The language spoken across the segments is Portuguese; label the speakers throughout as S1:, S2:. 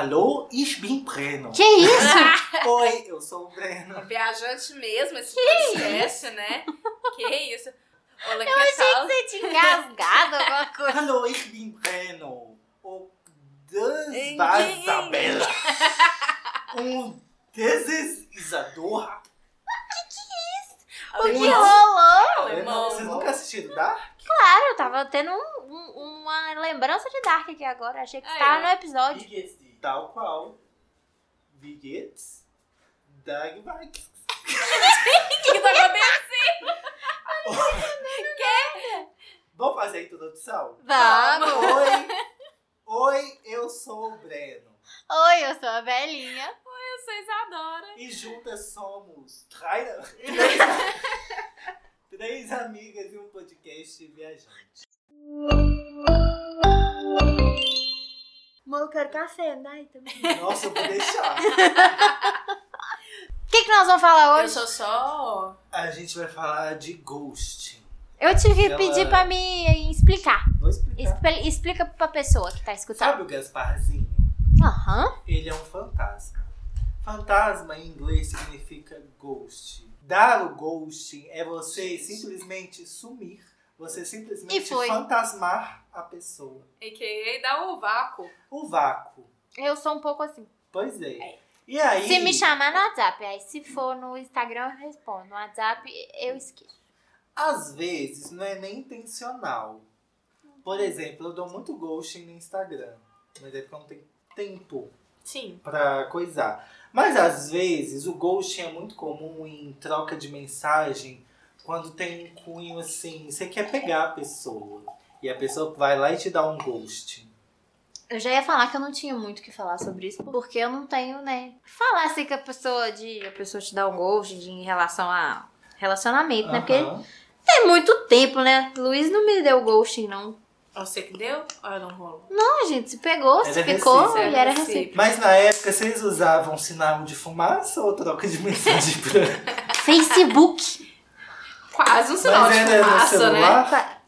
S1: Hallo, ich bin Breno.
S2: Que isso?
S1: Oi, eu sou o Breno.
S3: É viajante mesmo esse podcast, né? Que isso. Olha que tal.
S2: Você tinha engasgado alguma coisa.
S1: Hallo, ich bin Breno. O
S3: Ninguém.
S1: Desbazabela. Um desexisador.
S2: O que
S3: Alemão.
S2: rolou?
S3: Alemão.
S1: Né? Vocês nunca assistiram tá? Dark?
S2: Claro, eu tava tendo um- um- uma lembrança de Dark aqui agora. Achei que você
S3: Aí,
S2: tava
S3: ó.
S2: no episódio.
S1: Tal qual. Bigots. Dag Vikes.
S3: O que que tá acontecendo?
S1: Vamos fazer a introdução?
S2: Vamos!
S1: Oi. Oi, eu sou o Breno.
S2: Oi, eu sou a Belinha.
S3: Vocês adoram.
S1: E juntas somos traira- três amigas e um podcast viajante.
S2: Mas eu quero café, né? também.
S1: Nossa, eu vou deixar.
S2: O que, que nós vamos falar
S3: Eu
S2: hoje?
S3: sou só.
S1: A gente vai falar de ghosting.
S2: Eu tive que
S1: Ela-
S2: pedir pra me explicar.
S1: Vou explicar.
S2: Expl- Explica pra pessoa que tá escutando.
S1: Sabe o Gasparzinho?
S2: Aham.
S1: Ele é um fantasma. Fantasma em inglês significa ghost. Dar o ghosting é você simplesmente sumir. Você
S2: E
S1: simplesmente
S2: foi.
S1: fantasmar a pessoa.
S3: AKA dá o vácuo.
S1: O vácuo.
S2: Eu sou um pouco assim.
S1: Pois é. E aí.
S2: Se me chamar no WhatsApp, aí se for no Instagram, eu respondo. No WhatsApp, eu esqueço.
S1: Às vezes não é nem intencional.
S3: Uhum.
S1: Por exemplo, eu dou muito ghosting no Instagram, mas é porque eu não tenho tempo
S3: Sim.
S1: pra coisar. Mas às vezes o ghosting é muito comum em troca de mensagem, quando tem um cunho assim, você quer pegar a pessoa e a pessoa vai lá e te dá um ghosting.
S2: Eu já ia falar que eu não tinha muito o que falar sobre isso, porque eu não tenho, né? Falar assim que a pessoa de. A pessoa te dá um ghost de- em relação a relacionamento, né? Porque
S1: Aham.
S2: tem muito tempo, né? Luiz não me deu ghosting, não.
S3: Você que deu? Olha, não rolou.
S2: Não, gente, se pegou, se
S1: Era
S2: ficou,
S1: recíproco.
S2: ele era assim. recíproco.
S1: Mas na época vocês usavam sinal de fumaça ou troca de mensagem pra.
S2: Facebook.
S3: Quase um sinal
S1: Mas
S3: de
S1: era no
S3: fumaça, né?
S1: celular?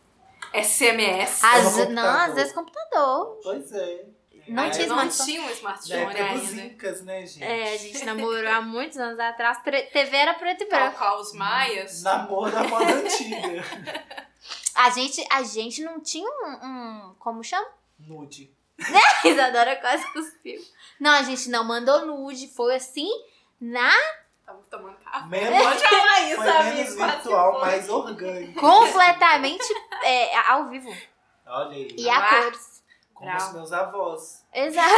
S3: SMS.
S1: Ah,
S2: Às,
S1: no
S2: não, às
S1: computador.
S2: vezes computador.
S1: Pois é.
S2: Não
S1: Aí
S2: tinha
S3: Eu
S1: eu
S3: não
S2: smartphone.
S3: tinha um
S1: Na
S3: smartphone
S1: época dos
S3: ainda.
S1: incas, né, gente?
S2: É, a gente namorou há muitos anos atrás. Pre- TV era preto e
S1: Tá.
S2: branco.
S3: Tal qual os maias.
S1: Namoro da moda antiga.
S2: A gente, a gente não tinha um, um- como chama?
S1: Nude.
S2: Isadora quase cuspiu. Não, a gente não mandou nude, foi assim na
S3: Tava tomando café.
S1: Menos,
S3: Pode falar Ah, é isso,
S1: foi
S3: amigo.
S1: menos
S3: quase
S1: virtual,
S3: foi.
S1: mais orgânico.
S2: completamente é, ao vivo
S1: Olha aí.
S2: e a
S3: Uau.
S2: cores.
S1: Como os meus avós.
S2: Exato.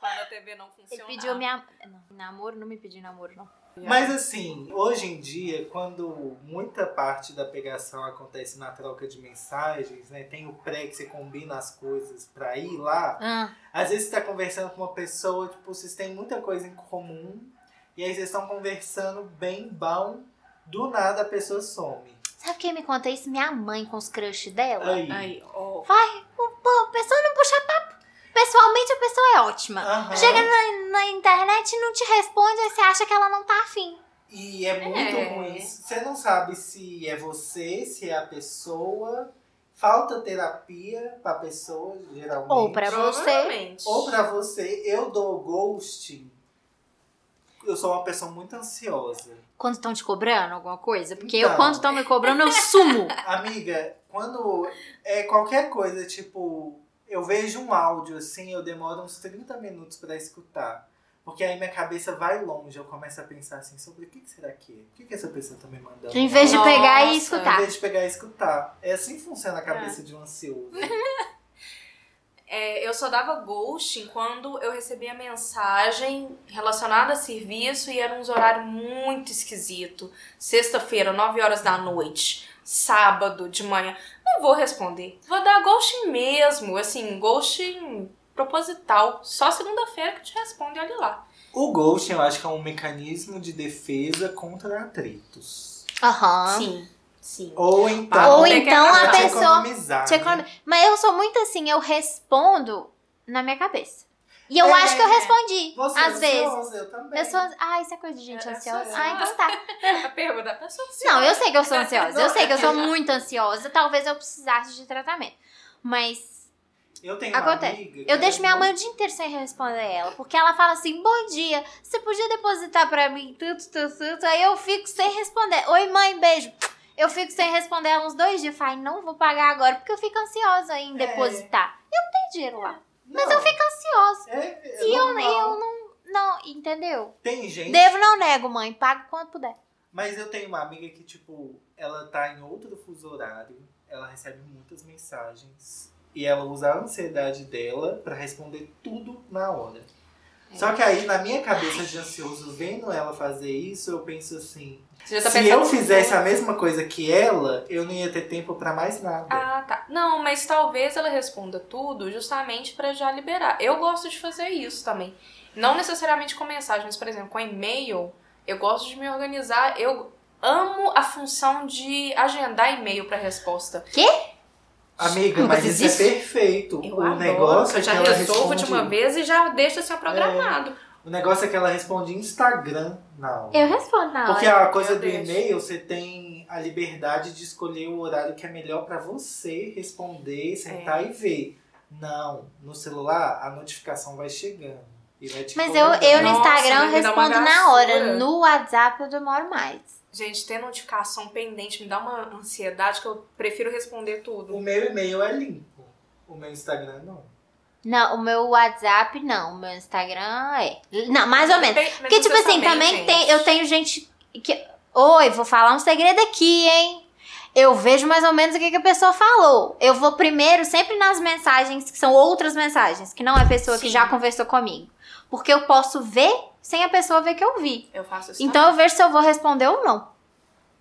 S3: Quando a TV não
S2: Ele
S3: funciona.
S2: pediu minha não, namoro, não me pediu namoro não.
S1: Mas assim, hoje em dia, quando muita parte da pegação acontece na troca de mensagens, né? Tem o pré que você combina as coisas pra ir lá.
S2: Ah,
S1: Às vezes você tá conversando com uma pessoa, tipo, vocês têm muita coisa em comum. E aí vocês estão conversando bem bom. Do nada a pessoa some.
S2: sabe quem me conta isso? Minha mãe com os crush dela.
S1: Aí.
S3: Aí, ó.
S2: Vai, o- pô, a pessoa não puxa papo. Pessoalmente a pessoa é ótima.
S1: Aham.
S2: Chega na, na internet e não te responde, aí você acha que ela não tá afim.
S1: E é muito
S3: É.
S1: ruim. Você não sabe se é você, se é a pessoa. Falta terapia pra pessoa, geralmente.
S2: Ou pra você.
S3: Provavelmente.
S1: Ou pra você. Eu dou ghosting. Eu sou uma pessoa muito ansiosa.
S2: Quando estão te cobrando alguma coisa? Porque eu,
S1: Então.
S2: quando estão me cobrando, eu sumo.
S1: Amiga, quando é qualquer coisa, tipo, eu vejo um áudio assim, eu demoro uns 30 minutos pra escutar. Porque aí minha cabeça vai longe, eu começo a pensar assim, sobre o que que será que é? O que que essa pessoa tá me mandando?
S2: Em vez de
S3: Nossa.
S2: pegar e
S1: Em
S2: escutar.
S1: vez de pegar e escutar. É assim que funciona a cabeça de um ansioso.
S3: É, eu só dava ghosting quando eu recebia mensagem relacionada a serviço e era uns horários muito esquisito. Sexta-feira, 9 horas da noite. Sábado de manhã. Não vou responder. Vou dar ghosting mesmo. Assim, ghosting proposital. Só segunda-feira que eu te responde, olha lá.
S1: O ghosting, eu acho que é um mecanismo de defesa contra atritos.
S2: Aham.
S3: Sim, sim.
S1: Ou então,
S2: Ah. Ou
S3: Tem que
S2: então a
S1: pra te
S2: pessoa.
S1: economizar,
S2: te
S1: né?
S2: economi- Mas eu sou muito assim, eu respondo na minha cabeça. E eu
S1: É,
S2: acho que eu
S3: é.
S2: respondi.
S1: Você é
S2: às vezes.
S1: ansiosa, eu também.
S2: Eu sou. ansi- Ah, isso é coisa de gente
S3: Eu
S2: ansiosa.
S1: assim.
S3: sou
S2: Ah, então tá.
S3: A pergunta, a pessoa
S2: Não, eu sei que eu sou ansiosa. Eu sei que eu sou muito ansiosa. Talvez eu precisasse de tratamento. Mas
S1: Eu tenho
S2: Acontece.
S1: uma amiga. que
S2: Eu deixo
S1: é
S2: minha
S1: muito-
S2: mãe o dia inteiro sem responder ela, porque ela fala assim: bom dia, você podia depositar pra mim tanto, tanto, tanto. Aí eu fico sem responder. Oi, mãe, beijo. Eu fico sem responder ela uns dois dias. Falei, não vou pagar agora, porque eu fico ansiosa em
S1: É.
S2: depositar. Eu não tenho dinheiro lá. Mas
S1: Não,
S2: eu fico ansiosa.
S1: É, é
S2: E eu,
S1: normal.
S2: eu não. Não, entendeu?
S1: Tem gente.
S2: Devo, não nego, mãe. Pago quanto puder.
S1: Mas eu tenho uma amiga que, tipo, ela tá em outro fuso horário, ela recebe muitas mensagens. E ela usa a ansiedade dela pra responder tudo na hora. Só que aí, na minha cabeça de ansioso, vendo ela fazer isso, eu penso assim:
S3: Você já tá
S1: se
S3: pensando
S1: eu
S3: em
S1: fizesse
S3: tudo.
S1: a mesma coisa que ela, eu não ia ter tempo pra mais nada.
S3: Ah, tá. Não, mas talvez ela responda tudo justamente pra já liberar. Eu gosto de fazer isso também. Não necessariamente com mensagem, mas, por exemplo, com e-mail, eu gosto de me organizar. Eu amo a função de agendar e-mail pra resposta.
S1: Amiga,
S2: Nunca
S1: mas
S2: fiz
S1: isso,
S2: isso.
S1: é perfeito.
S3: Eu
S1: o
S3: adoro,
S1: negócio
S3: que eu
S1: é
S3: já
S1: que ela
S3: resolvo
S1: responde,
S3: de uma vez e já deixo assim ó, programado.
S1: O negócio é que ela responde Instagram na hora.
S2: Eu respondo na hora.
S1: Porque a coisa
S3: eu
S1: do
S3: deixo.
S1: e-mail, você tem a liberdade de escolher o horário que é melhor pra você responder, sentar
S2: É.
S1: e ver. Não, no celular a notificação vai chegando. E vai te
S2: Mas eu, eu no
S1: incomodando.
S2: Instagram
S3: Nossa,
S2: eu
S3: me dá uma
S2: respondo na hora.
S3: gastura.
S2: No WhatsApp eu demoro mais.
S1: É.
S3: Gente, ter notificação pendente me dá uma ansiedade que eu prefiro responder tudo.
S1: O meu e-mail é limpo. O meu Instagram não.
S2: Não, o meu WhatsApp não. O meu Instagram é. Não, mais ou menos.
S3: Bem, mas
S2: Porque, tipo
S3: vocês
S2: assim, também
S3: gente.
S2: tem, eu tenho gente que. Oi, vou falar um segredo aqui, hein? Eu vejo mais ou menos o que, que a pessoa falou. Eu vou primeiro sempre nas mensagens, que são outras mensagens, que não é a pessoa que
S3: Sim.
S2: já conversou comigo. Porque eu posso ver sem a pessoa ver que eu vi.
S3: Eu faço isso.
S2: Então eu vejo se eu vou responder ou não.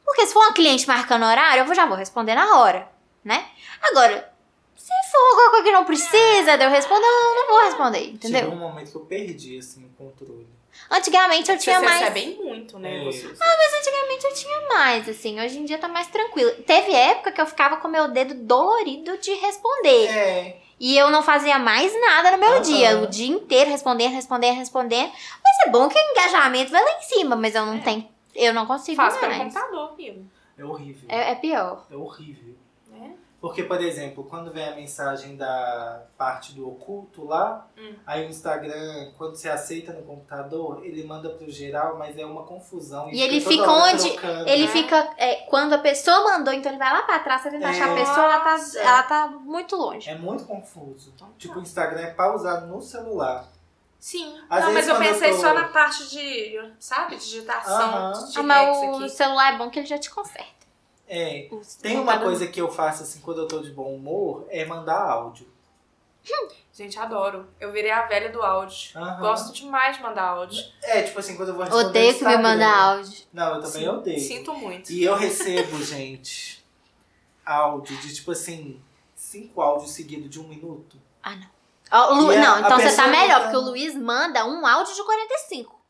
S2: Porque se for uma cliente marcando horário, eu vou- já vou responder na hora, né? Agora, se for alguma coisa que não precisa de eu responder, eu não vou responder, entendeu?
S1: Chegou um momento que eu perdi assim, o controle.
S2: Antigamente eu
S3: Vocês
S2: tinha mais.
S3: recebem
S2: Um
S3: muito, né?
S1: É.
S3: vocês?
S2: Mas antigamente eu tinha mais, assim. Hoje em dia tá mais tranquilo. Teve época que eu ficava com meu dedo dolorido de responder.
S1: É,
S2: E eu não fazia mais nada no meu
S1: Aham.
S2: dia. O dia inteiro respondendo, respondendo, respondendo. Mas é bom que o engajamento vai lá em cima, mas eu não
S3: É.
S2: tenho. Eu não consigo
S3: Faço pelo
S2: mais.
S3: computador, filho.
S1: é horrível.
S2: É- é pior.
S1: é horrível.
S3: Né?
S1: Porque, por exemplo, quando vem a mensagem da parte do oculto lá,
S3: Hum.
S1: aí o Instagram, quando você aceita no computador, ele manda pro geral, mas é uma confusão.
S2: E ele fica
S1: toda hora
S2: onde-
S1: trocando.
S2: Ele
S3: né?
S2: fica. é, quando a pessoa mandou, então ele vai lá pra trás, tenta
S1: É.
S2: achar a pessoa, ela tá,
S3: Nossa.
S2: ela tá muito longe.
S1: É muito confuso.
S3: Então tá.
S1: Tipo, o Instagram é pausado no celular.
S3: Sim.
S1: Às
S3: não,
S1: vezes
S3: mas eu
S1: quando eu
S3: pensei
S1: tô-
S3: só na parte de, sabe, digitação
S1: Aham.
S3: de
S2: Ah, mas
S3: Rex
S2: o
S3: aqui.
S2: celular é bom que ele já te conserta.
S1: É.
S2: O
S1: Tem uma
S2: computador-
S1: coisa que eu faço assim quando eu tô de bom humor, é mandar áudio.
S3: Gente, adoro. Eu virei a velha do áudio.
S1: Aham.
S3: Gosto demais de mandar áudio.
S1: É, tipo assim, quando eu vou responder
S2: Odeio que me
S1: Instagram.
S2: manda áudio.
S1: Não, eu também
S3: Sim-
S1: odeio.
S3: Sinto muito.
S1: E eu recebo, gente, áudio de tipo assim, cinco áudios seguidos de um minuto.
S2: Ó, o Lu-
S1: E a-
S2: não,
S1: a
S2: então você tá
S1: pessoa
S2: melhor,
S1: manda-
S2: porque o Luiz manda um áudio de 45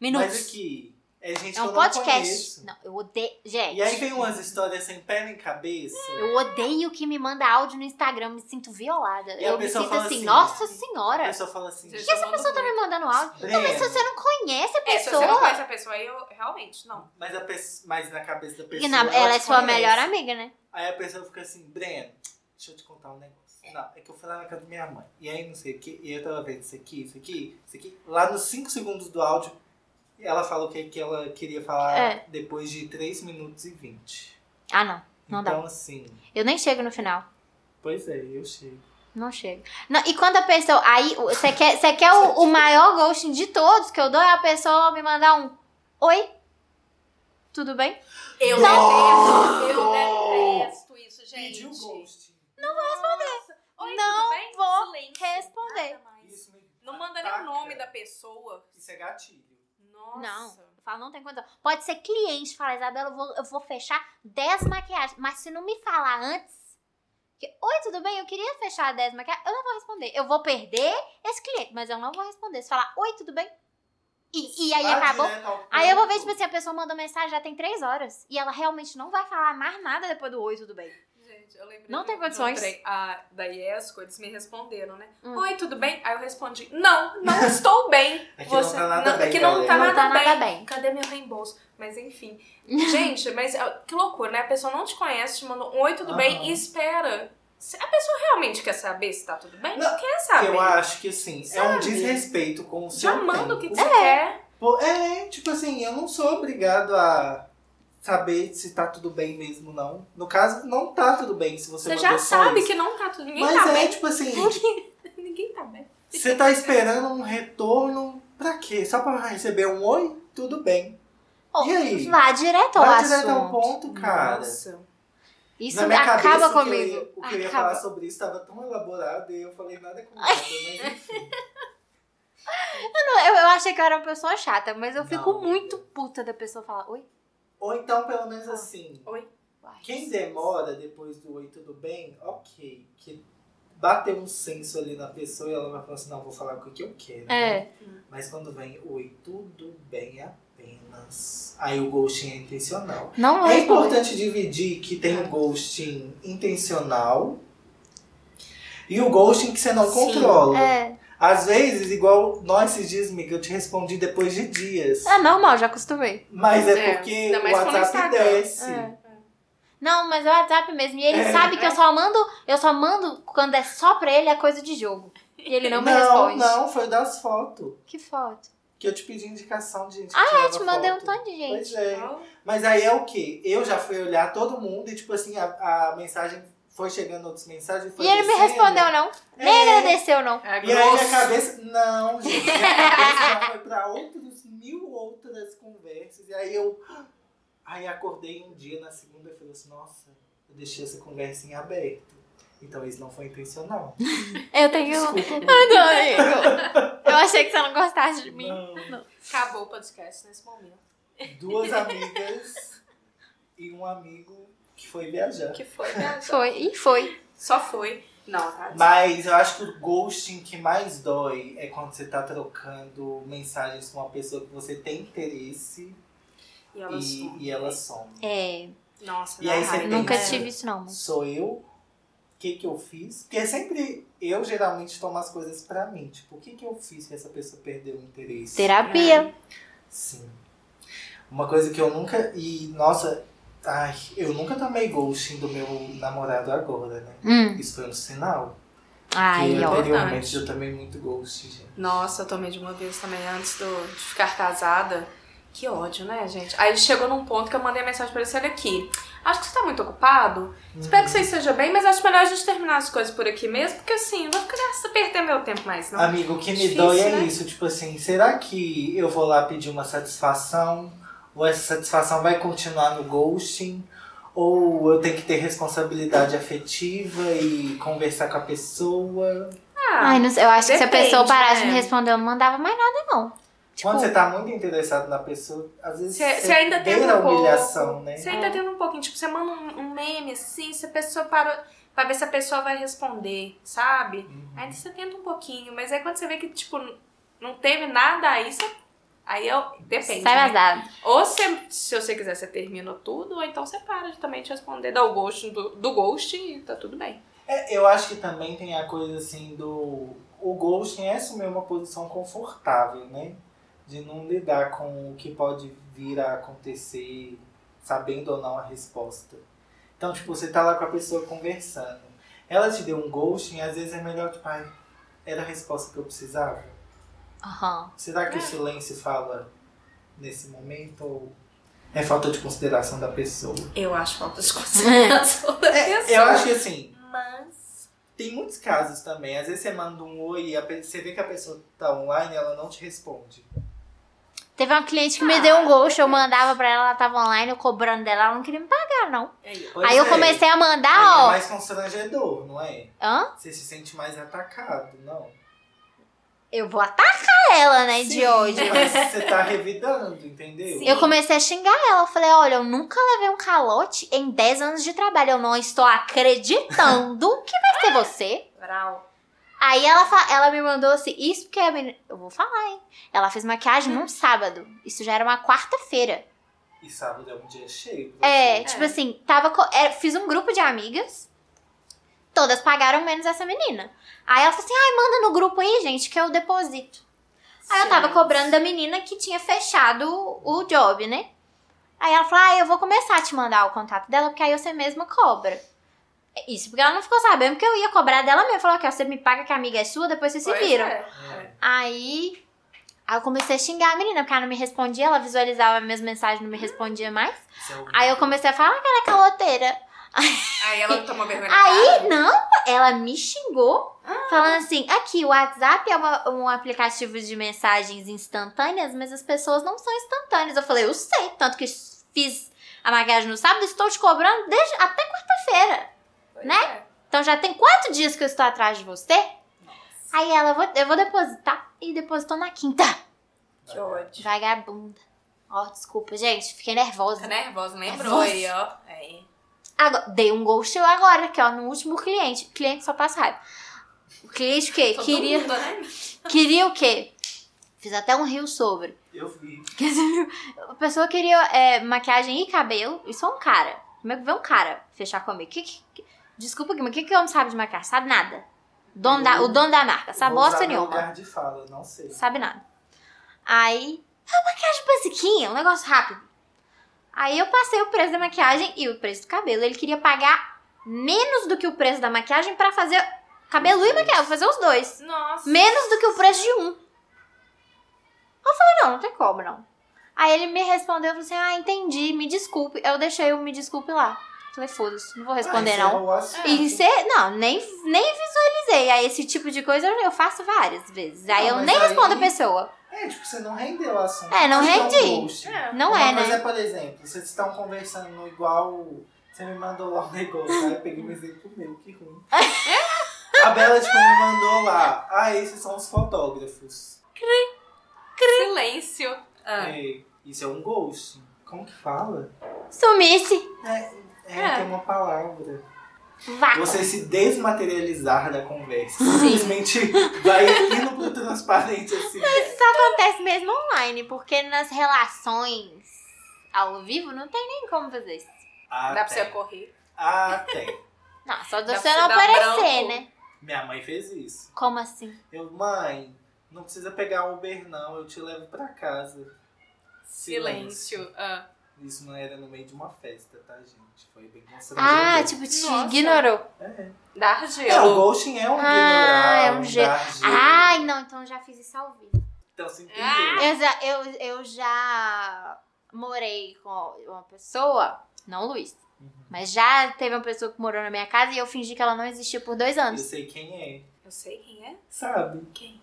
S2: minutos.
S1: Mas aqui, é gente
S2: é
S1: que
S2: um
S1: eu não
S2: podcast.
S1: conheço.
S2: Não, eu odeio. Gente.
S1: E aí vem umas histórias sem pé nem cabeça.
S2: Eu odeio que me manda áudio no Instagram, me sinto violada.
S1: E a
S2: eu me
S1: pessoa
S2: sinto
S1: fala
S2: assim,
S1: assim,
S2: nossa
S1: A
S2: senhora,
S1: pessoa É. fala assim,
S3: Gente,
S2: que essa
S3: eu mando
S2: pessoa tá me
S3: muito.
S2: mandando áudio? Não, mas se
S1: Breno,
S2: você não conhece a
S3: É, se
S2: pessoa.
S3: você não conhece a pessoa aí, eu realmente não.
S1: mas, a pe- mas na cabeça da pessoa.
S2: E na- ela é
S1: te
S2: sua
S1: conhece.
S2: melhor amiga, né?
S1: Aí a pessoa fica assim, Breno, deixa eu te contar um negócio. Não, é que eu fui lá na casa da minha mãe. E aí não sei o que, e eu tava vendo isso aqui, isso aqui, isso aqui. Lá nos 5 segundos do áudio, ela falou que, que ela queria falar
S2: É.
S1: depois de 3 minutos e 20.
S2: Ah, não. Não dá.
S1: então, assim,
S2: Eu nem chego no final.
S1: pois é, eu chego.
S2: Não chego. Não, e quando a pessoa. Aí, o- você quer, você quer o, o maior ghosting de todos que eu dou? É a pessoa me mandar um. Oi? Tudo bem?
S3: Eu
S1: Não.
S3: detesto, eu detesto isso, gente.
S1: Pediu ghost.
S3: Oi,
S2: Não
S3: tudo bem?
S2: vou
S3: Silêncio.
S2: responder.
S3: Nada mais.
S1: Isso me
S3: Não manda nem
S1: ataca.
S3: o nome da pessoa.
S1: Isso é gatilho.
S3: Nossa.
S2: Não. Fala, não tem condição. Pode ser cliente, fala, Isabela, eu vou, eu vou fechar 10 maquiagens. Mas se não me falar antes. que, Oi, tudo bem? Eu queria fechar 10 maquiagens. Eu não vou responder. Eu vou perder esse cliente, mas eu não vou responder. Se falar, oi, tudo bem? E, e aí
S1: Vai
S2: acabou.
S1: direto né? ao
S2: Aí eu vou ver,
S1: ponto.
S2: tipo assim, a pessoa mandou mensagem já tem três horas. E ela realmente não vai falar mais nada depois do oi, tudo bem.
S3: Gente, eu lembrei.
S2: Não
S3: do-
S2: tem condições.
S3: do trem- a- da Iesco, eles me responderam, né?
S2: Hum.
S3: Oi, tudo bem? Aí eu respondi, não, não estou bem.
S1: Aqui não tá nada bem,
S3: Aqui não tá,
S1: galera.
S2: Não tá
S3: nada,
S2: nada
S3: bem.
S2: bem.
S3: Cadê meu reembolso? Mas enfim. é, Gente, mas ah, que loucura, né? A pessoa não te conhece, te manda um oi, tudo bem,
S1: Aham.
S3: e espera. Se a pessoa realmente quer saber se tá tudo bem, não,
S1: Não,
S3: quer saber.
S1: Eu acho que assim, é um
S3: Sabe?
S1: desrespeito com o seu
S3: Já manda o que
S1: tempo.
S3: você quer.
S1: Pô, É, tipo assim, eu não sou obrigado a saber se tá tudo bem mesmo, não. No caso, não tá tudo bem se você
S3: Você
S1: mandou
S3: já
S1: só
S3: sabe
S1: isso.
S3: que não tá tudo. Ninguém
S1: Mas
S3: tá
S1: é,
S3: bem.
S1: tipo assim,
S3: Ninguém tá bem.
S1: você tá esperando um retorno pra quê? Só pra receber um oi? Tudo bem.
S2: Ou
S1: E aí?
S2: Vá direto ao
S1: Vai
S2: é assunto.
S1: direto ao ponto, cara.
S3: Nossa.
S2: Isso
S1: Na minha cabeça,
S2: acaba
S1: o que eu ia-
S2: comigo.
S1: o que eu ia falar assim.
S2: acaba.
S1: sobre isso tava tão elaborado e eu falei nada com nada, mas enfim.
S2: Não, Eu, eu achei que eu era uma pessoa chata, mas eu fico
S1: Não, amiga.
S2: muito puta da pessoa falar, oi?
S1: Ou então, pelo menos assim,
S3: Oi.
S2: Vai.
S1: quem demora depois do oi tudo bem, ok. Que bateu um senso ali na pessoa e ela vai falar assim, não, vou falar com o que eu quero. né?
S2: É.
S1: Mas quando vem oi tudo bem apenas, aí o ghosting é intencional.
S2: Não
S1: É
S2: é.
S1: importante dividir que tem o ghosting intencional e o ghosting que você não
S3: Sim.
S1: controla.
S2: É.
S1: Às vezes, igual nós se diz, amiga, eu te respondi depois de dias.
S2: É normal, já acostumei.
S1: Mas é,
S3: É,
S1: porque
S3: ainda
S1: o
S3: mais quando
S1: WhatsApp
S3: Instagram.
S1: desce.
S2: É. Não, mas é o WhatsApp mesmo. E ele
S1: É.
S2: sabe que eu só mando, eu só mando quando é só pra ele é coisa de jogo. E ele não me
S1: não,
S2: responde.
S1: não, foi das fotos.
S2: Que foto.
S1: Que eu te pedi indicação de gente.
S2: Ah,
S1: que
S2: eu te mandei um tanto de gente.
S1: Pois é. Mas aí é o quê? Eu já fui olhar todo mundo e, tipo assim, a, a mensagem foi chegando, outras mensagens. Foi
S2: E ele me
S1: descendo.
S2: respondeu, não.
S1: É.
S2: Nem agradeceu, não.
S3: É
S1: E aí
S3: grosso.
S1: minha cabeça. Não, gente. Minha cabeça já foi pra outros mil outras conversas. E aí eu. Aí acordei um dia na segunda e falei assim, nossa, eu deixei essa conversa em aberto. Então isso não foi intencional.
S2: Eu tenho.
S1: Desculpa.
S2: Não, amigo. Eu achei que você não gostasse de mim.
S1: Não.
S3: Acabou o podcast nesse momento.
S1: Duas amigas e um amigo que foi viajar.
S3: Que foi, né?
S2: Foi. E foi.
S3: Só foi. Não, tá?
S1: Mas eu acho que o ghosting que mais dói é quando você tá trocando mensagens com uma pessoa que você tem interesse
S3: E ela
S1: e,
S3: some.
S1: e ela some.
S2: É.
S3: Nossa,
S1: E
S3: dá
S1: aí você
S3: raiva.
S1: tem
S2: Nunca
S1: isso.
S2: tive isso, não.
S1: sou eu, o que que eu fiz? Porque sempre eu geralmente tomo as coisas pra mim, tipo, o que que eu fiz que essa pessoa perdeu o interesse?
S2: Terapia.
S1: Sim. Uma coisa que eu nunca e nossa, ai, eu nunca tomei ghosting do meu namorado agora, né?
S2: Hum.
S1: Isso foi um sinal.
S2: Ai, é
S1: que
S2: ó.
S1: anteriormente eu tomei muito ghosting, gente.
S3: Nossa, eu tomei de uma vez também antes do- de ficar casada. Que ódio, né, gente? Aí chegou num ponto que eu mandei a mensagem pra ele, olha aqui. Acho que você tá muito ocupado. Espero que você esteja bem, mas acho melhor a gente terminar as coisas por aqui mesmo, porque assim, não vou ficar gasta- perder meu tempo mais, não.
S1: Amigo, o que me
S3: Então, Difícil,
S1: dói é
S3: né?
S1: isso, tipo assim, será que eu vou lá pedir uma satisfação? Ou essa satisfação vai continuar no ghosting? Ou eu tenho que ter responsabilidade afetiva e conversar com a pessoa?
S3: Ah,
S2: Ai, não sei. Eu acho que se a
S3: Depende,
S2: pessoa parasse de
S3: né?
S2: me responder, eu não mandava mais nada, não. Tipo,
S1: Quando você tá muito interessado na pessoa, às vezes
S3: Você você ainda tem um
S1: beira a
S3: pouco.
S1: humilhação, né?
S3: Você
S2: É.
S3: ainda tem um pouquinho. Tipo, você manda um, um meme assim, se a pessoa para. Pra ver se a pessoa vai responder, sabe?
S1: Uhum.
S3: Aí você tenta um pouquinho, mas aí quando você vê que, tipo, não teve nada aí, você. Aí eu. Depende.
S2: sai
S3: né?
S2: vazado.
S3: Ou você, se você quiser, você termina tudo, ou então você para de também te responder, dá o ghost do, do ghost e tá tudo bem.
S1: É, eu acho que também tem a coisa assim do. O ghosting é assumir uma posição confortável, né? De não lidar com o que pode vir a acontecer, sabendo ou não a resposta. Então, tipo, você tá lá com a pessoa conversando. Ela te deu um ghosting, às vezes é melhor, tipo, ai, era a resposta que eu precisava.
S2: Aham.
S1: Será que
S3: É.
S1: o silêncio fala nesse momento? Ou é falta de consideração da pessoa? É,
S3: Eu acho falta de consideração da
S2: É,
S3: pessoa.
S1: Eu acho que assim.
S3: Mas.
S1: Tem muitos casos também. Às vezes você manda um oi e a pe- você vê que a pessoa tá online e ela não te responde.
S2: Teve uma cliente que me deu
S3: Ah,
S2: um ghost, eu mandava pra ela, ela tava online, eu cobrando dela, ela não queria me pagar, não.
S1: Pois
S2: aí eu
S1: é,
S2: comecei a
S1: aí É
S2: mandar, ó.
S1: mais constrangedor, não é?
S2: Hã?
S1: Você se sente mais atacado, não?
S2: Eu vou atacar ela, né,
S1: Sim,
S2: de hoje.
S1: Mas você tá revidando, entendeu?
S3: Sim.
S2: Eu comecei a xingar ela. Eu falei: olha, eu nunca levei um calote em 10 anos de trabalho. Eu não estou acreditando que vai ser você.
S3: Brau.
S2: Aí ela, fa- ela me mandou assim: isso porque a menina. Eu vou falar, hein? Ela fez maquiagem num sábado. Isso já era uma quarta-feira.
S1: E sábado é um dia cheio. pra
S2: É,
S1: você.
S2: tipo assim, tava. co- é, fiz um grupo de amigas. Todas pagaram menos essa menina. Aí ela falou assim: ai, manda no grupo aí, gente, que eu deposito. Aí Ah, eu tava cobrando da menina que tinha fechado o job, né? Aí ela falou: Ah, eu vou começar a te mandar o contato dela, porque aí você mesma cobra. Isso, porque ela não ficou sabendo que eu ia cobrar dela mesmo. Falou, aqui, ó, você me paga que a amiga é sua, depois vocês se
S3: Pois
S2: viram.
S3: é.
S2: Aí, aí eu comecei a xingar a menina, porque ela não me respondia, ela visualizava minhas mensagens, não me respondia mais.
S1: Isso é horrível.
S2: Aí eu comecei a falar que ela é caloteira.
S3: Aí ela não tomou vergonha. na cara?
S2: Aí, não, ela me xingou, falando assim, aqui, o WhatsApp é uma- um aplicativo de mensagens instantâneas, mas as pessoas não são instantâneas. Eu falei, eu sei, tanto que fiz a maquiagem no sábado, estou te cobrando desde, até quarta-feira.
S3: Pois
S2: né?
S3: é.
S2: Então já tem quatro dias que eu estou atrás de você. Aí ela, "Vou- eu vou depositar. E depositou na quinta.
S3: Que ódio.
S2: Vagabunda. Ó, desculpa, gente. Fiquei nervosa.
S3: Tá nervosa, lembrou
S2: Nervosa.
S3: aí, ó. Aí.
S2: Agora, dei um ghost agora, que ó, no último cliente. Cliente só passa raiva. O cliente o quê?
S3: Todo
S2: Queria,
S3: mundo, né?
S2: queria o quê? Fiz até um rio sobre.
S1: Eu vi.
S2: Quer dizer, A pessoa queria é, maquiagem e cabelo. Isso é um cara. Como é que vê um cara fechar comigo? Que, que, que- desculpa, mas o que, que homem sabe de maquiagem? Sabe nada. Dono da- o dono da marca. Sabe
S1: Vou usar
S2: bosta
S1: meu
S2: nenhuma.
S1: lugar de fala, não sei.
S2: sabe nada. Aí, a maquiagem basiquinha, um negócio rápido. Aí eu passei o preço da maquiagem e o preço do cabelo. Ele queria pagar menos do que o preço da maquiagem pra fazer cabelo e maquiagem, fazer os dois.
S3: Nossa.
S2: Menos do que o preço de um. Eu falei, não, não tem como, não. Aí ele me respondeu, eu falei assim, ah, entendi, me desculpe. Eu deixei o me desculpe lá. Falei, foda-se, não vou responder,
S1: Ah,
S2: não.
S1: esse é o
S2: E
S1: assunto.
S2: você, não, nem, nem visualizei. Aí esse tipo de coisa eu, eu faço várias vezes. Aí
S1: Não,
S2: eu
S1: mas
S2: nem
S1: aí-
S2: respondo a pessoa.
S1: É, tipo, você não rendeu o assunto.
S2: É, não
S1: Isso um
S2: rendi.
S1: ghost.
S3: É.
S2: Não
S1: Uma
S2: é,
S1: coisa
S2: né?
S1: por exemplo, vocês estão conversando igual. Você me mandou lá um negócio, aí eu peguei um exemplo meu, que ruim. A Bela, tipo, me mandou lá. Ah, esses são os fotógrafos.
S3: Silêncio. Ah.
S1: É, isso é um ghost. Como que fala?
S2: Sumisse.
S1: É,
S3: É.
S1: tem uma palavra.
S2: Vá.
S1: Você se desmaterializar da conversa.
S3: Sim.
S1: Simplesmente vai indo pro transparente assim.
S2: Acontece mesmo online, porque nas relações ao vivo não tem nem como fazer isso.
S1: Ah,
S3: Dá pra
S1: tem.
S3: você correr.
S1: Ah, tem.
S2: Não, só
S3: Dá
S2: de você
S3: pra
S2: não
S3: você dar
S2: aparecer,
S3: branco.
S2: né?
S1: Minha mãe fez isso.
S2: Como assim?
S1: Eu, mãe, não precisa pegar Uber, não. Eu te levo pra casa.
S3: Silêncio. Ah.
S1: Isso não era no meio de uma festa, tá, gente? Foi bem constrangedor.
S2: Ah, tipo, te
S3: Nossa.
S2: ignorou.
S1: É.
S3: Da
S1: É, o
S3: argelo.
S1: ghosting é um
S2: Ah,
S1: ignorar,
S2: é um jeito.
S1: dar jeito.
S2: Ai, não, então eu já fiz isso ao vivo.
S1: Então você entendeu.
S3: Ah.
S2: Eu já, eu, eu já morei com uma pessoa, não o Luiz,
S1: Uhum.
S2: mas já teve uma pessoa que morou na minha casa e eu fingi que ela não existia por dois
S1: Eu
S2: anos.
S1: sei quem é.
S3: Eu sei quem é.
S1: Sabe?
S3: Quem?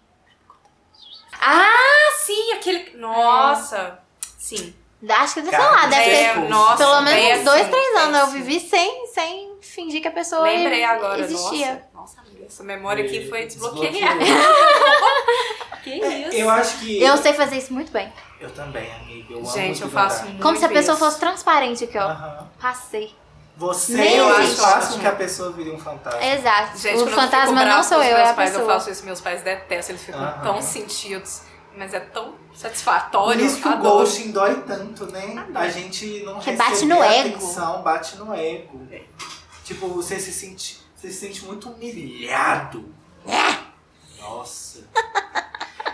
S2: Ah!
S3: Ah, sim, aquele. Nossa. Sim.
S2: Acho que, sei
S1: Cara,
S2: lá, deve ter
S1: é, nossa,
S2: pelo menos uns
S3: péssimo,
S2: dois, três anos. Eu
S3: péssimo.
S2: vivi sem, sem fingir que a pessoa
S3: assim. Lembrei
S2: e-
S3: agora,
S2: existia.
S3: nossa. Nossa, amiga, essa memória aqui foi
S1: E
S3: desbloqueada.
S1: desbloqueou.
S3: Que
S1: É, Eu acho que.
S2: Eu sei fazer isso muito bem.
S1: Eu também, amiga. Eu
S3: Gente,
S1: amo
S3: eu faço um-
S1: ignorar.
S3: muito
S2: Como se a pessoa
S3: isso.
S2: fosse transparente aqui, ó.
S1: Aham.
S2: Passei.
S1: Você
S2: Nem
S1: eu acho
S2: existe. É
S1: faz com que a pessoa vire um fantasma.
S2: Exato.
S3: Gente,
S2: o
S3: quando eu fico
S2: fantasma
S3: brava
S2: não sou
S3: com os
S2: eu,
S3: meus
S2: é a
S3: pais,
S2: pessoa.
S3: Eu faço isso, meus pais detestam, eles ficam
S1: Aham.
S3: tão sentidos, mas é tão
S1: Por
S3: satisfatório.
S1: isso que o
S3: adoro.
S1: ghosting dói tanto, né? A gente não
S2: Que
S1: recebe
S2: bate no ego.
S1: atenção, bate no ego. Tipo, você se sente, você se sente muito humilhado. Nossa.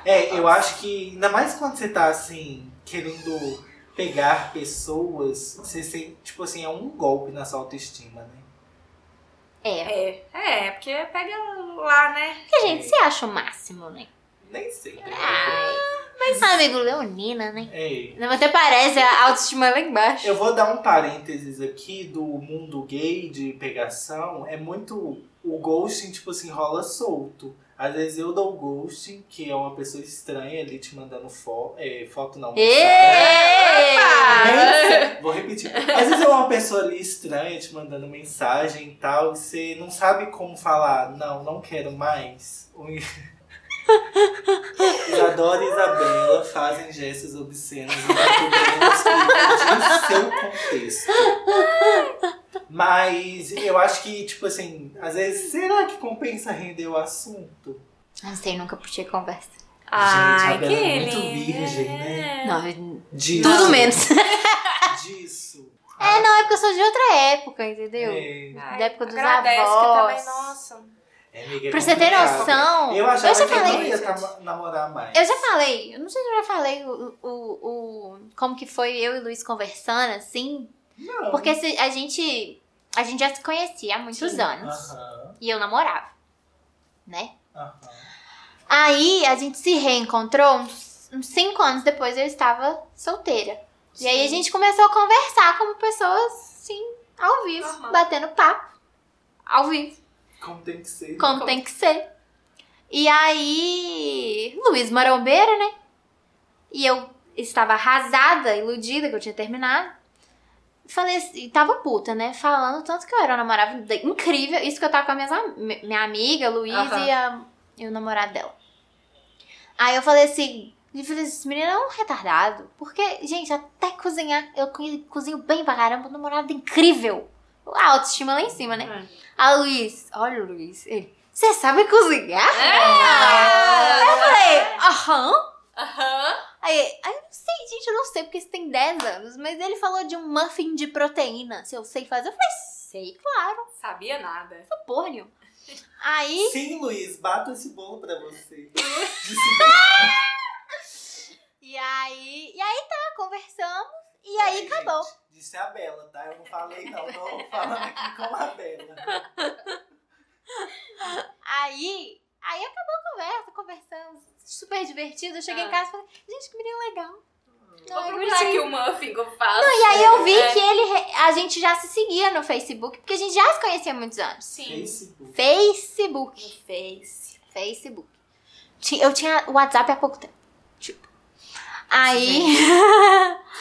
S1: É, eu acho que ainda mais quando você tá assim querendo pegar pessoas, você sente, tipo assim, é um golpe na sua autoestima, né?
S2: É.
S3: É, é, porque pega lá, né?
S2: Porque a gente se acha o máximo, né?
S1: Nem sempre.
S2: Ai. Mas amigo leonina, né?
S1: É.
S2: Não até parece, a autoestima é lá embaixo.
S1: Eu vou dar um parênteses aqui do mundo gay de pegação. É muito. O ghosting, tipo assim, rola solto. Às vezes eu dou ghosting, que é uma pessoa estranha ali te mandando fo é, foto, não. mensagem.
S2: Ê!
S1: Mensagem. Vou repetir. Às vezes é uma pessoa ali estranha te mandando mensagem e tal, e você não sabe como falar, não, não quero mais. Ou- Isadora e Isabela fazem gestos obscenos enquanto bem de seu contexto. Mas eu acho que, tipo assim, às vezes, será que compensa render o assunto?
S2: Não sei, nunca puxei conversa.
S3: Ai,
S1: Bela
S3: que
S1: é muito
S3: lindo.
S1: virgem, né?
S3: É.
S2: Não, eu-
S1: Disso.
S2: tudo menos.
S1: Disso.
S2: É, não, é porque eu sou de outra época, entendeu?
S1: É.
S3: Ai,
S2: Da época dos
S3: agradece
S2: avós.
S3: Que também, nossa.
S1: É, amiga, é
S2: Pra você ter
S1: complicado.
S2: noção,
S1: Eu achava
S2: já
S1: que eu não
S2: falei.
S1: ia
S3: gente.
S1: tamo- namorar mais.
S2: Eu já falei, eu não sei se eu já falei o, o, o- como que foi eu e o Luiz conversando, assim.
S1: Não.
S2: Porque se- a gente. A gente já se conhecia há muitos
S3: Sim.
S2: anos.
S1: Aham.
S2: E eu namorava, né?
S1: Aham.
S2: Aí a gente se reencontrou uns, uns cinco anos depois eu estava solteira. E aí a gente começou a conversar como pessoas, assim, ao vivo,
S3: Normal.
S2: batendo papo. Ao vivo,
S1: Como tem que ser.
S2: como tem que ser. E aí, Luiz Marombeira, né? E eu estava arrasada, iludida que eu tinha terminado. Falei assim, e tava puta, né? Falando tanto que eu era uma namorada de- incrível. Isso que eu tava com a minha, minha amiga, Luiz,
S3: Aham.
S2: e, a- e o namorado dela. Aí eu falei assim, eu falei, esse menino é um retardado. Porque, gente, até cozinhar, eu co- cozinho bem pra caramba, um namorado incrível. A autoestima lá em cima, né?
S3: Hum.
S2: A Luiz, olha o Luiz, ele, você sabe cozinhar?
S3: É.
S2: Eu falei, aham.
S3: Aham.
S2: Aí, aí "Ah, eu não sei, gente, eu não sei, porque isso tem 10 anos, mas ele falou de um muffin de proteína. Se eu sei fazer, eu falei, sei, claro,
S3: Sabia nada.
S2: não porra nenhuma. Aí,
S1: Sim, Luiz, bato esse bolo pra você. De seguida.
S2: e aí, e aí tá, conversamos, e aí acabou.
S1: Gente, Disse a Bela, tá? Eu não falei, não. Tô falando aqui com a Bela.
S2: Aí, aí acabou a conversa, conversamos, super divertido. Eu cheguei
S3: Ah. Hum.
S2: em casa e falei, gente, que menino legal.
S3: Vou
S2: Ai,
S3: procurar aqui o muffin que eu faço.
S2: é E aí eu vi
S3: É.
S2: que ele, re- a gente já se seguia no Facebook, porque a gente já se conhecia há muitos anos.
S3: Sim.
S1: Facebook.
S2: Facebook.
S3: No Face.
S2: Facebook. Ti- Eu tinha o WhatsApp há pouco tempo. Tipo. Aí.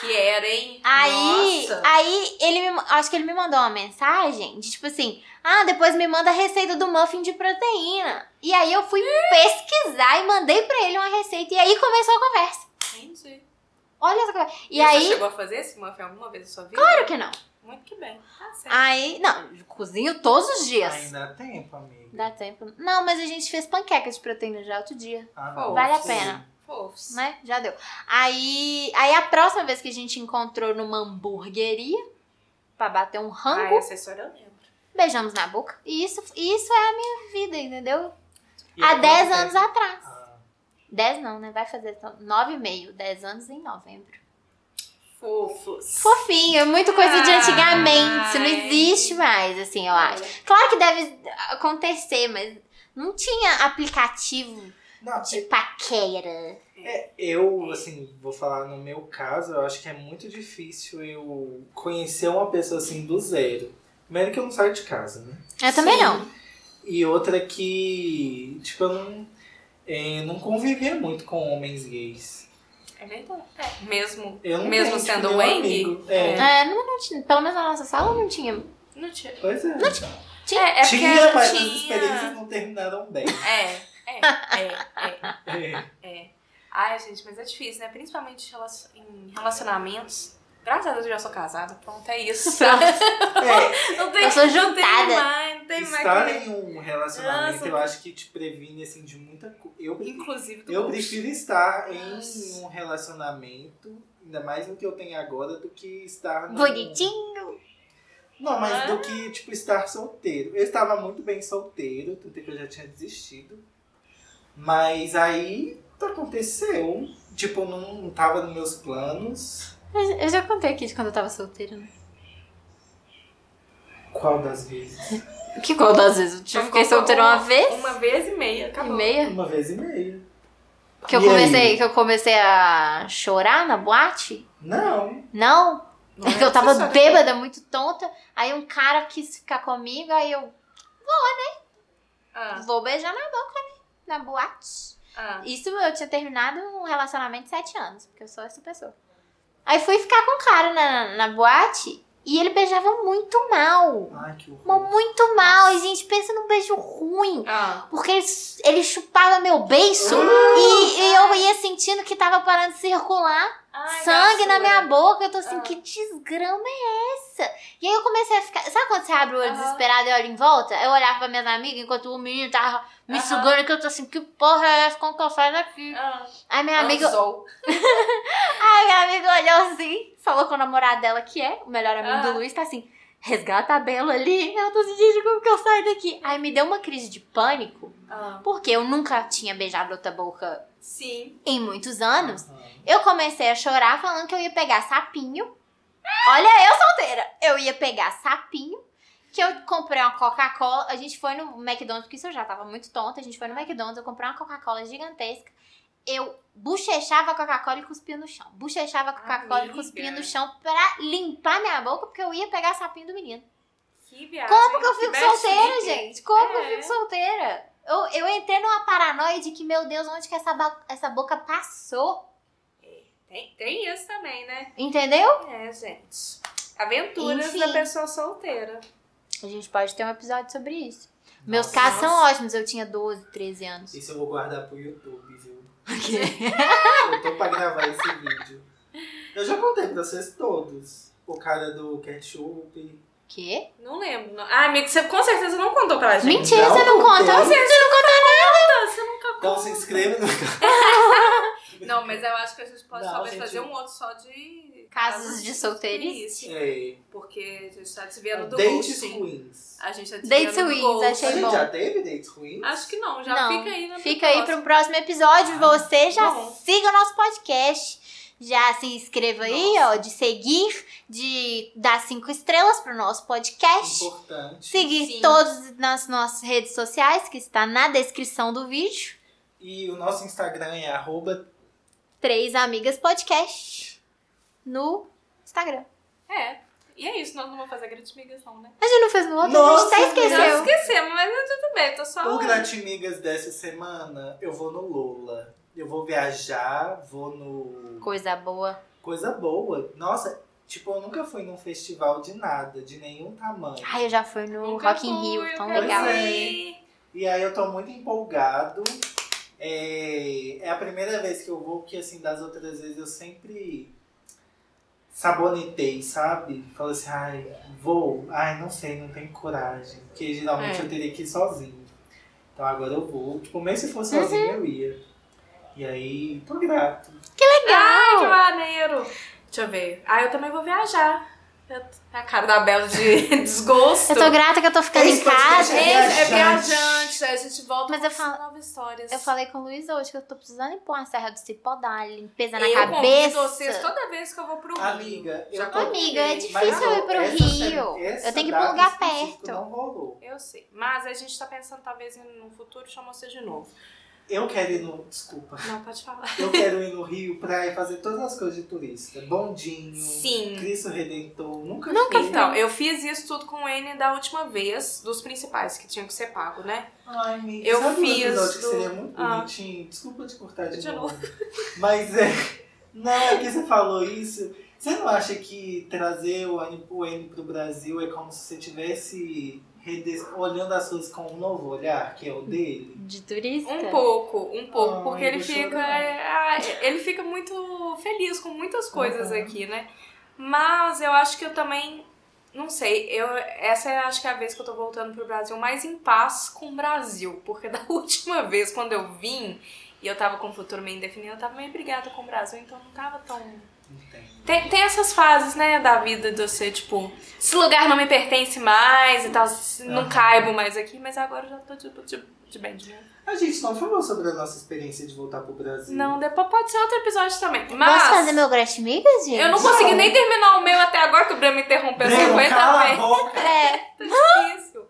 S3: Que era, hein?
S2: Aí.
S3: Nossa.
S2: Aí ele me. ma- Acho que ele me mandou uma mensagem de tipo assim. Ah, depois me manda a receita do muffin de proteína. E aí eu fui pesquisar e mandei pra ele uma receita. E aí começou a conversa.
S3: Entendi.
S2: Olha essa conversa. E,
S3: você
S2: aí.
S3: chegou a fazer esse muffin alguma vez na sua vida?
S2: Claro que não.
S3: Muito que bem. Tá certo.
S2: Aí. Não, eu cozinho todos os dias.
S1: Ainda há tempo, amiga.
S2: Dá tempo. Não, mas a gente fez panqueca de proteína já outro dia,
S1: Ah,
S3: Pô,
S2: Vale a
S1: sim.
S2: pena.
S3: Fofos.
S2: né? Já deu. Aí, aí a próxima vez que a gente encontrou numa hamburgueria pra bater um rango,
S3: Ah, essa história eu lembro.
S2: beijamos na boca. E isso, e isso é a minha vida, entendeu?
S1: E
S2: Há
S1: aí,
S2: 10
S1: acontece-
S2: anos atrás.
S1: Ah,
S2: 10 não, né? Vai fazer então, 9,5. 10 anos em novembro.
S3: Fofos.
S2: Fofinho, é muito coisa de
S3: Ai.
S2: antigamente. Isso não existe mais, assim, eu acho. Claro que deve acontecer, mas não tinha aplicativo
S1: Não, tipo,
S2: de paquera.
S1: Eu, assim, vou falar no meu caso, eu acho que é muito difícil eu conhecer uma pessoa assim do zero. Primeiro que eu não saio de casa, né?
S2: Eu também
S3: Sim.
S2: não.
S1: E outra que, tipo, eu não, eh, não convivia muito com homens gays.
S3: É verdade. É. Mesmo,
S1: Eu não
S3: mesmo
S1: tenho, tipo,
S3: sendo
S1: nenhum
S3: Wang?
S1: amigo. É.
S2: É, não, não tinha. Pelo menos na nossa sala não tinha.
S3: Não tinha.
S1: Pois é.
S2: Tinha-
S3: É, é porque
S1: tinha,
S3: não
S1: mas as experiências
S3: tinha.
S1: não terminaram bem.
S3: É, é, é, é,
S1: É.
S3: é. Ai, gente, mas é difícil, né? Principalmente relacion- em relacionamentos. Graças a Deus eu já sou casada, pronto, é isso. sabe?
S1: É,
S3: Não tem,
S2: Eu sou
S3: não
S2: juntada.
S3: tem mais, não tem
S1: estar
S3: mais.
S1: em um relacionamento,
S3: Nossa.
S1: eu acho que te previne, assim, de muita coisa. Eu,
S3: Inclusive do
S1: Eu
S3: Bush.
S1: prefiro estar
S3: Nossa.
S1: em um relacionamento, ainda mais no que eu tenho agora, do que estar. num-
S2: Bonitinho.
S1: Não, mas
S3: Ah.
S1: do que, tipo, estar solteiro. Eu estava muito bem solteiro, tanto que eu já tinha desistido. Mas aí aconteceu. Tipo, não, não tava nos meus planos.
S2: Mas Eu já contei aqui de quando eu tava solteira, né?
S1: Qual das vezes?
S2: Que quando às vezes eu
S3: Então,
S2: fiquei
S3: ficou
S2: solteira uma vez
S3: Uma vez e meia,
S2: e
S3: acabou.
S2: meia.
S1: Uma vez e meia.
S2: Que eu
S1: E aí?
S2: comecei, que eu comecei a chorar na boate.
S1: Não.
S2: Não,
S3: Não é
S2: que eu tava
S3: necessário.
S2: bêbada, muito tonta. Aí um cara quis ficar comigo, aí eu
S3: Ah,
S2: vou beijar na boca, né? Na boate.
S3: ah.
S2: Isso eu tinha terminado um relacionamento de 7 anos, porque eu sou essa pessoa. Aí fui ficar com o cara na, na boate e ele beijava muito mal.
S1: Ai, que
S2: Mas
S1: horror.
S2: muito mal, e, gente. Pensa num beijo ruim.
S3: Ah,
S2: Porque ele, ele chupava meu beiço e, e eu ia sentindo que tava parando de circular
S3: Ai,
S2: sangue na
S3: gastura.
S2: minha boca. Eu tô assim,
S3: Ah.
S2: que desgrama é essa? E aí eu comecei a ficar. Sabe quando você abre o olho
S3: Aham.
S2: desesperado e olha em volta? Eu olhava pra minhas amigas enquanto o menino tava me
S3: Aham.
S2: sugando, que eu tô assim, que porra é essa? Como que eu saio daqui?
S3: Ah,
S2: Aí minha amiga,
S3: anzol.
S2: aí minha amiga olhou assim, falou com o namorado dela, que é o melhor amigo
S3: Ah.
S2: do Luiz, tá assim. Resgata a Bela ali. Eu tô assim, gente, como que eu saio daqui? Aí me deu uma crise de pânico.
S3: Ah,
S2: Porque eu nunca tinha beijado outra boca
S3: sim.
S2: em muitos anos.
S1: Aham.
S2: Eu comecei a chorar falando que eu ia pegar sapinho. Olha, eu solteira. Eu ia pegar sapinho que eu comprei uma Coca-Cola. A gente foi no McDonald's, porque isso eu já tava muito tonta. A gente foi no McDonald's, eu comprei uma Coca-Cola gigantesca. Eu bochechava a Coca-Cola e cuspia no chão. Bochechava a Coca-Cola e
S3: Amiga.
S2: cuspia no chão pra limpar minha boca, porque eu ia pegar sapinho do menino.
S3: Que viagem.
S2: Como que eu fico
S3: bad
S2: solteira,
S3: trip.
S2: gente? Como que eu
S3: É.
S2: fico solteira? Eu, eu entrei numa paranoia de que, meu Deus, onde que essa, ba- essa boca passou?
S3: Tem, tem isso também, né?
S2: Entendeu?
S3: É, gente. Aventuras
S2: Enfim.
S3: da pessoa solteira.
S2: A gente pode ter um episódio sobre isso. Meus
S1: Nossa.
S2: casos são
S3: Nossa.
S2: ótimos, eu tinha 12, 13 anos.
S1: Isso eu vou guardar pro YouTube, viu?
S2: Ok.
S1: Eu tô pra gravar esse vídeo. Eu já contei pra vocês todos. O cara do ketchup.
S2: Quê?
S3: Não lembro. não. Ai, amiga, você com certeza não contou pra gente.
S2: Mentira, você não
S1: contei.
S2: conta. Você não conta.
S3: Mentira, você nunca
S1: Então se inscreve no
S3: Não, mas eu acho que a gente pode
S1: Não,
S3: talvez
S1: gente.
S3: fazer um outro só de...
S2: Casos de solteirice.
S3: solteirice,
S1: É,
S3: Porque a gente tá desviando do
S1: dates
S3: ghosting.
S1: ruins.
S3: A gente tá
S2: Dates
S3: desviando do
S2: ruins,
S3: ghosting.
S1: A
S2: achei
S1: gente
S2: bom.
S1: já teve dates ruins?
S3: Acho que não, já
S2: Não,
S3: fica aí na
S2: Fica aí pro próximo episódio. Você já
S3: Bom.
S2: siga o nosso podcast. Já se inscreva aí,
S3: Nossa.
S2: ó, de seguir, de dar cinco estrelas pro nosso podcast.
S1: Importante.
S2: Seguir
S3: Sim.
S2: todas nas nossas redes sociais, que está na descrição do vídeo.
S1: E o nosso Instagram é arroba.
S2: Três Amigas Podcast no Instagram.
S3: É. E é isso, nós não vamos fazer gratificação, né?
S2: A gente não fez no outro,
S1: Nossa,
S2: a gente até
S3: Já
S2: esqueceu.
S3: esquecemos, mas é tudo bem, tô só.
S1: O Gratimigas dessa semana, eu vou no Lola. Eu vou viajar, vou no.
S2: Coisa boa.
S1: Coisa boa. Nossa, tipo, eu nunca fui num festival de nada, de nenhum tamanho.
S2: Ai, eu já fui no
S3: Nunca
S2: Rock in
S3: fui,
S2: Rio,
S3: eu
S2: tão
S3: quero
S2: legal.
S1: Pois é.
S3: ir.
S1: E aí eu tô muito empolgado. É, é a primeira vez que eu vou, porque assim, das outras vezes eu sempre sabonetei, sabe? Falo assim, ai, vou. Ai, não sei, não tenho coragem. Porque geralmente
S3: É.
S1: eu teria que ir sozinho. Então agora eu vou. Tipo, mesmo se
S2: Uhum.
S1: fosse sozinho, eu ia. E aí, tô grato.
S3: Ai, que
S2: Legal!
S3: maneiro. Deixa eu ver. Ah, eu também vou viajar. Eu- é A cara da Bela de desgosto.
S2: Eu tô grata que eu tô ficando
S1: Esse
S2: em
S1: podcast
S2: casa.
S3: É, é
S1: Viajante.
S3: viajante, a gente volta
S2: Mas
S3: com
S2: eu falo-
S3: novas histórias.
S2: Eu falei com o Luiz hoje que eu tô precisando pôr a serra do cipó, dar uma limpeza Tá na
S3: eu convido
S2: cabeça.
S3: vocês toda vez que eu vou pro Rio.
S1: Amiga, eu
S3: Já
S1: tô-
S2: Amiga, é
S3: convidei.
S1: Mas,
S2: difícil
S1: ó,
S2: eu ir pro
S1: essa
S2: Rio.
S1: se- essa
S2: Eu tenho que ir pra um
S1: data
S2: lugar
S1: específica
S2: perto.
S1: Não rolou.
S3: Eu sei. Mas a gente tá pensando, talvez, em- no futuro, chamar você de novo.
S1: Eu quero ir no. Desculpa.
S3: Não, pode falar.
S1: Eu quero ir no Rio pra ir fazer todas as coisas de turista. Bondinho,
S3: Sim.
S1: Cristo Redentor. Nunca,
S2: Nunca
S1: fui.
S3: Então, eu fiz isso tudo com o N da última vez, dos principais que tinham que ser pago, né?
S1: Ai, amiga,
S3: eu
S1: sabe um
S3: fiz
S1: episódio que
S3: do-
S1: seria muito
S3: Ah.
S1: bonitinho? Desculpa te cortar de,
S3: De
S1: novo. Mas é. Não, é que você falou isso. Você não acha que trazer o N, o N pro Brasil é como se você estivesse redes- olhando as coisas com um novo olhar, que é o
S3: Hum.
S1: dele?
S2: De turista?
S3: Um pouco, um pouco,
S1: Ai,
S3: porque ele
S1: deixa eu
S3: fica,
S1: olhar.
S3: é, ah, ele fica muito feliz com muitas coisas
S1: Uhum.
S3: aqui, né? Mas eu acho que eu também, não sei, eu essa é, acho que é a vez que eu tô voltando pro Brasil mais em paz com o Brasil, porque da última vez quando eu vim e eu tava com o futuro meio indefinido, eu tava meio brigada com o Brasil, então não tava tão
S1: Entendo.
S3: Tem, tem essas fases, né, da vida de você, tipo, esse lugar não me pertence mais e tal, se- não
S1: Aham.
S3: caibo mais aqui, mas agora eu já tô de, de, de bem de novo.
S1: A gente não falou sobre a nossa experiência de voltar pro Brasil.
S3: Não, depois pode ser outro episódio também. Mas
S2: Posso fazer meu gratimigas, gente?
S3: eu não consegui nem terminar o meu até agora, que o Breno me interrompeu
S1: Breno,
S3: 50
S1: cala a
S3: vezes.
S1: boca.
S2: É.
S3: Tá difícil.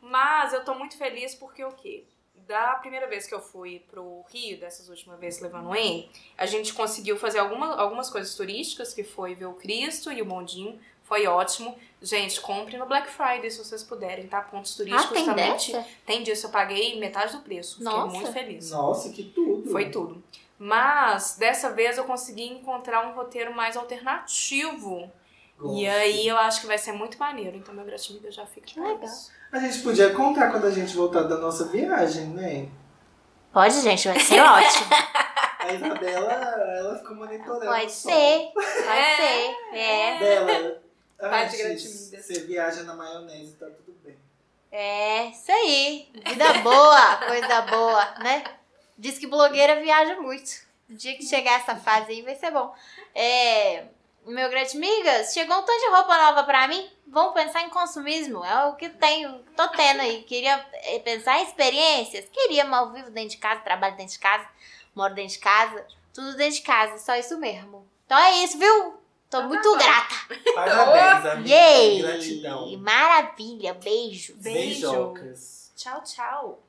S3: Mas eu tô muito feliz porque o quê? Da primeira vez que eu fui pro Rio, dessas últimas vezes levando o N, a gente conseguiu fazer alguma, algumas coisas turísticas, que foi ver o Cristo e o Bondinho. Foi ótimo. Gente, compre no Black Friday se vocês puderem, tá? Pontos turísticos
S2: Ah, tem
S3: também.
S2: dessa?
S3: Tem disso, eu paguei metade do preço. Fiquei
S2: Nossa.
S3: muito feliz.
S1: Nossa, que tudo.
S3: Foi tudo. Mas dessa vez eu consegui encontrar um roteiro mais alternativo.
S1: Gosto.
S3: E aí eu acho que vai ser muito maneiro. Então meu gratidão já fica.
S2: Que
S3: pra
S2: legal.
S3: isso.
S1: A gente podia contar quando a gente voltar da nossa viagem, né?
S2: Pode, gente, vai ser ótimo.
S1: A Isabela, ela ficou monitorando. o
S2: Pode
S1: som.
S2: ser, pode
S3: É.
S2: ser. É,
S1: Bela,
S3: Vai
S1: antes,
S3: de gratimida.
S1: você viaja na maionese, tá tudo bem.
S2: é, isso aí. Vida boa, coisa boa, né? Diz que blogueira viaja muito. O dia que chegar essa fase aí vai ser bom. É, meu gratimigas, chegou um tanto de roupa nova pra mim. Vamos pensar em consumismo, é o que tenho, tô tendo aí. Queria é, pensar em experiências, queria mal vivo dentro de casa, trabalho dentro de casa, moro dentro de casa, tudo dentro de casa, só isso mesmo. Então é isso, viu? Tô muito grata.
S1: Parabéns, amiga.
S2: Yay!
S1: Tá Gratidão.
S2: Maravilha, beijo.
S3: Beijo.
S1: Beijocas.
S3: Tchau, tchau.